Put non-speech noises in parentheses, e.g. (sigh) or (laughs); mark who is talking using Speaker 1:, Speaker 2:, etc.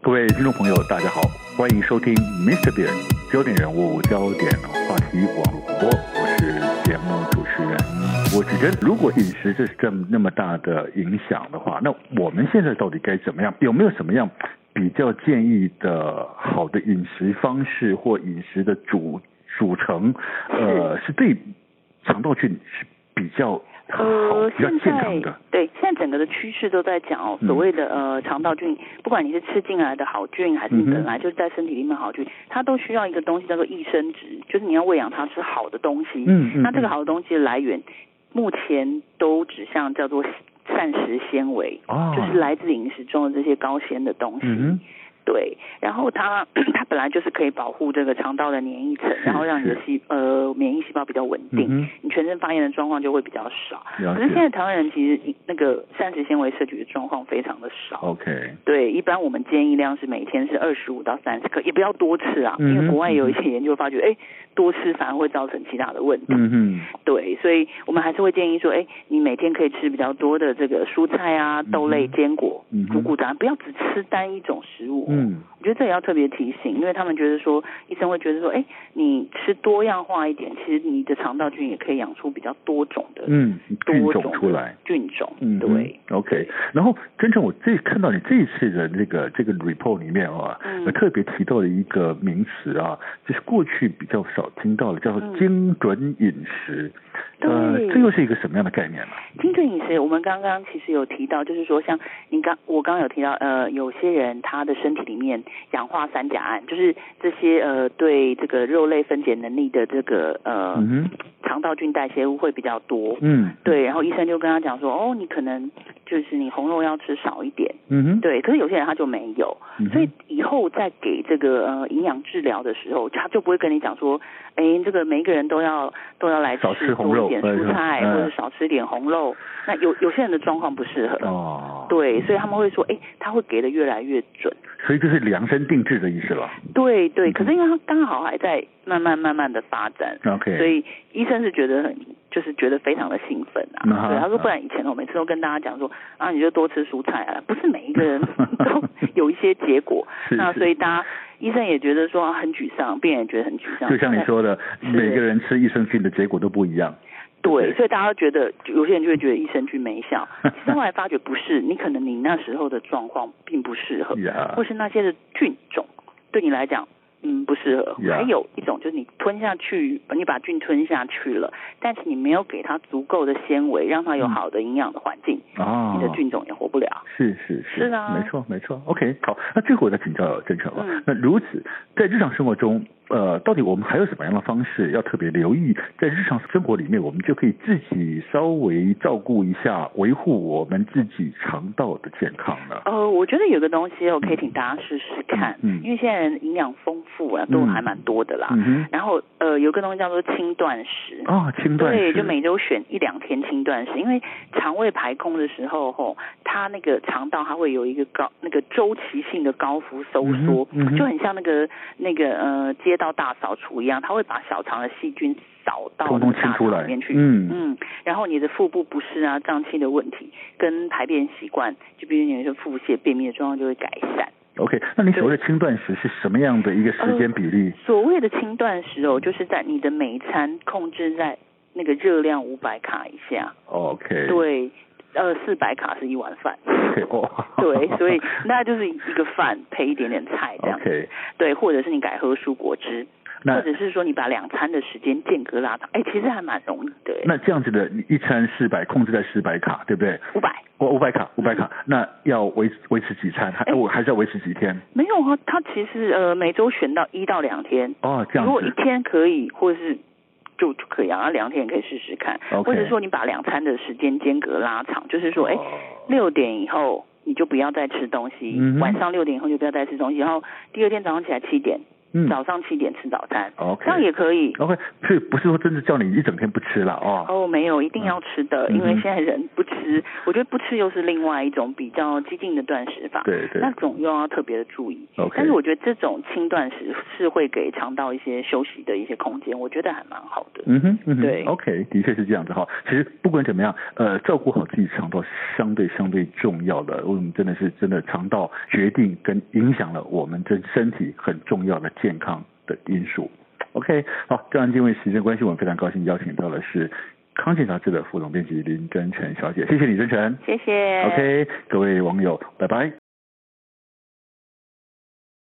Speaker 1: 各位听众朋友，大家好，欢迎收听 Mr. Bean 焦点人物、焦点话题网络广播，我是节目主持人我只觉得，如果饮食是这么那么大的影响的话，那我们现在到底该怎么样？有没有什么样比较建议的好的饮食方式或饮食的组组成？呃，是对肠道菌是比较好、
Speaker 2: 呃，
Speaker 1: 比较
Speaker 2: 现
Speaker 1: 健康
Speaker 2: 在
Speaker 1: 的。
Speaker 2: 对，现在整个的趋势都在讲哦，
Speaker 1: 嗯
Speaker 2: 所谓的呃肠道菌，不管你是吃进来的好菌，还是你
Speaker 1: 嗯哼
Speaker 2: 本来就是在身体里面的好菌，它都需要一个东西叫做益生值，就是你要喂养它吃好的东西。
Speaker 1: 嗯嗯
Speaker 2: 那这个
Speaker 1: 嗯
Speaker 2: 好的东西的来源，目前都指向叫做膳食纤维，
Speaker 1: 哦，
Speaker 2: 就是来自饮食中的这些高纤的东西。
Speaker 1: 嗯
Speaker 2: 对，然后它 (clears throat) 它本来就是可以保护这个肠道的免疫层，然后让你的
Speaker 1: 是
Speaker 2: 细呃免疫细胞比较稳
Speaker 1: 哼
Speaker 2: 定。
Speaker 1: 嗯
Speaker 2: 你全身发炎的状况就会比较少。
Speaker 1: 哼，了
Speaker 2: 可是现
Speaker 1: 解。
Speaker 2: 在台湾人其实那个膳食纤维摄取的状况非常的少。
Speaker 1: OK，
Speaker 2: 对，一般我们建议量是每天是二十五到三十克，也不要多吃啊，
Speaker 1: 嗯哼
Speaker 2: 因为国外有一
Speaker 1: 嗯
Speaker 2: 些研究发觉，哎，多吃反而会造成其他的问题。
Speaker 1: 嗯哼，
Speaker 2: 对，所以我们还是会建议说，哎，你每天可以吃比较多的这个蔬菜啊、豆类、
Speaker 1: 嗯哼
Speaker 2: 坚果
Speaker 1: 嗯、哼
Speaker 2: 五谷杂，不要只吃单一种食物。哦
Speaker 1: 嗯
Speaker 2: 我觉得这也要特别提醒，因为他们觉得说，医生会觉得说，哎，你吃多样化一点，其实你的肠道菌也可以养出比较多种的
Speaker 1: 嗯，菌
Speaker 2: 多
Speaker 1: 种
Speaker 2: 种
Speaker 1: 出来。
Speaker 2: 菌种，
Speaker 1: 嗯，
Speaker 2: 对，
Speaker 1: 嗯，OK。然后，真正我这看到你这一次的这个这个 report 里面啊，
Speaker 2: 嗯
Speaker 1: 呃特别提到了一个名词啊，就是过去比较少听到的，叫做
Speaker 2: 嗯
Speaker 1: 精准饮食。呃，
Speaker 2: 对
Speaker 1: 这又是一个什么样的概念呢、
Speaker 2: 精准饮食，我们刚刚其实有提到，就是说像您刚我刚刚有提到，呃，有些人他的身体里面氧化三甲胺，就是这些呃对这个肉类分解能力的这个呃、
Speaker 1: 嗯
Speaker 2: 肠道菌代谢物会比较多
Speaker 1: 哼，。嗯，，
Speaker 2: 对，然后医生就跟他讲说，哦，你可能就是你红肉要吃少一点，
Speaker 1: 嗯哼，
Speaker 2: 对。可是有些人他就没有，
Speaker 1: 嗯哼，
Speaker 2: 所以以后在给这个呃营养治疗的时候，他就不会跟你讲说，哎，这个每一个人都要都要来
Speaker 1: 少吃红
Speaker 2: 多
Speaker 1: 肉
Speaker 2: 一点
Speaker 1: 呃
Speaker 2: 蔬菜，
Speaker 1: 嗯
Speaker 2: 或者少吃一点红肉。那有有些人的状况不适合，
Speaker 1: 哦，，
Speaker 2: 对，所以他们会说，哎，他会给的越来越准。
Speaker 1: 所以这是量身定制的意思了。
Speaker 2: 对对，
Speaker 1: 嗯
Speaker 2: 可是因为他刚好还在慢慢慢慢的发展，
Speaker 1: OK，
Speaker 2: 所以医生是觉得很，就是觉得非常的兴奋啊。
Speaker 1: 嗯哈
Speaker 2: 对，他
Speaker 1: 嗯
Speaker 2: 说不然以前我哦每次都跟大家讲说，啊，你就多吃蔬菜啊，不是每一
Speaker 1: (laughs)
Speaker 2: 个人都有一些结果。
Speaker 1: 是
Speaker 2: 那
Speaker 1: 是
Speaker 2: 所以大家医生也觉得说啊很沮丧，病人也觉得很沮丧。
Speaker 1: 就像你
Speaker 2: 但，
Speaker 1: 说的，
Speaker 2: 是
Speaker 1: 每个人吃益生菌的结果都不一样。
Speaker 2: 对，
Speaker 1: (laughs) 对
Speaker 2: 所以大家觉得有些人就会觉得益生菌没
Speaker 1: (laughs)
Speaker 2: 效，其实后来发觉不是，你可能你那时候的状况并不适合，
Speaker 1: 呀
Speaker 2: 或是那些的菌种对你来讲。嗯，不适合。
Speaker 1: Yeah
Speaker 2: 还有一种就是你吞下去，你把菌吞下去了，但是你没有给它足够的纤维，让它有
Speaker 1: 嗯
Speaker 2: 好的营养的环境，
Speaker 1: 啊，
Speaker 2: 你的菌种也活不了。
Speaker 1: 是是是，
Speaker 2: 是啊
Speaker 1: 没错没错。OK，好，那这个我再请教郑成了。啊
Speaker 2: 嗯
Speaker 1: 那如此，在日常生活中，呃，到底我们还有什么样的方式要特别留意？在日常生活里面，我们就可以自己稍微照顾一下，维护我们自己肠道的健康呢？
Speaker 2: 呃，我觉得有个东西我可以请大家试试看，
Speaker 1: 嗯嗯
Speaker 2: 因为现在人营养丰富啊，都
Speaker 1: 嗯
Speaker 2: 还蛮多的啦。
Speaker 1: 嗯
Speaker 2: 然后呃，有个东西叫做轻断食。
Speaker 1: 哼，啊，轻断
Speaker 2: 哦对，
Speaker 1: 食，
Speaker 2: 就每周选一两天轻断食，因为肠胃排空的时候，吼，它那个肠道它会有一个高那个周期性的高幅收缩，
Speaker 1: 嗯哼嗯哼
Speaker 2: 就很像那个那个呃街道大扫除一样，它会把小肠的细菌扫到
Speaker 1: 通
Speaker 2: 那
Speaker 1: 通
Speaker 2: 个
Speaker 1: 清
Speaker 2: 大
Speaker 1: 出
Speaker 2: 肠
Speaker 1: 来
Speaker 2: 里面去，。
Speaker 1: 嗯
Speaker 2: 嗯，然后你的腹部不适啊、胀气的问题跟排便习惯，就比如你的腹泻、便秘的状况就会改善。
Speaker 1: ，OK，那你所谓的轻断食是什么样的一个时
Speaker 2: 呃
Speaker 1: 间比例？
Speaker 2: 所谓的轻断食哦，就是在你的每一餐控制在那个热量五百卡以下，
Speaker 1: OK，
Speaker 2: 对，呃，四百卡是一碗饭，
Speaker 1: ，OK，哦，
Speaker 2: (laughs) 对，所
Speaker 1: (laughs)
Speaker 2: 以那就是一个饭配一点点菜这样，
Speaker 1: OK，
Speaker 2: 对，或者是你改喝蔬果汁，
Speaker 1: 那
Speaker 2: 或者是说你把两餐的时间间隔拉长，哎，其实还蛮容易的，
Speaker 1: 那这样子的一餐四百，控制在四百卡，对不对？
Speaker 2: 五百。嗯
Speaker 1: 我五百卡，五百卡，那要维维持几餐？还
Speaker 2: 哎
Speaker 1: 我还是要维持几天？
Speaker 2: 没有啊，它其实呃每周选到一到两天，
Speaker 1: 哦，这
Speaker 2: 如
Speaker 1: 样
Speaker 2: 果一
Speaker 1: 子
Speaker 2: 天可以，或者是就就可以啊，两天也可以试试看
Speaker 1: OK
Speaker 2: 或者说你把两餐的时间间隔拉长，就是说，哎、
Speaker 1: 哦
Speaker 2: 六点以后你就不要再吃东西，
Speaker 1: 嗯哼
Speaker 2: 晚上六点以后就不要再吃东西，然后第二天早上起来七点
Speaker 1: 嗯哦
Speaker 2: 早上七点吃早餐，
Speaker 1: ，OK，
Speaker 2: 这样也可以。
Speaker 1: OK，所以不是说真的叫你一整天不吃了哦。
Speaker 2: 哦，没有，一定要吃的，
Speaker 1: 嗯
Speaker 2: 因
Speaker 1: 嗯
Speaker 2: 为
Speaker 1: 哼
Speaker 2: 现在人不吃，我觉得不吃又是另外一种比较激进的断食法，
Speaker 1: 对对
Speaker 2: 那种又要特别的注意。
Speaker 1: ，OK。
Speaker 2: 但是我觉得这种轻断食是会给肠道一些休息的一些空间，我觉得还蛮好的。
Speaker 1: 嗯哼，嗯哼
Speaker 2: 对
Speaker 1: ，OK，的确是这样子哈。其实不管怎么样，呃，照顾好自己肠道是相对相对重要的。我们真的是真的肠道决定跟影响了我们这身体很重要的健康的因素。OK，好，这样因为时间关系，我们非常高兴邀请到的是康健杂志的副总编辑林真诚小姐，谢谢李真诚。
Speaker 2: 谢谢。
Speaker 1: OK，各位网友，拜拜。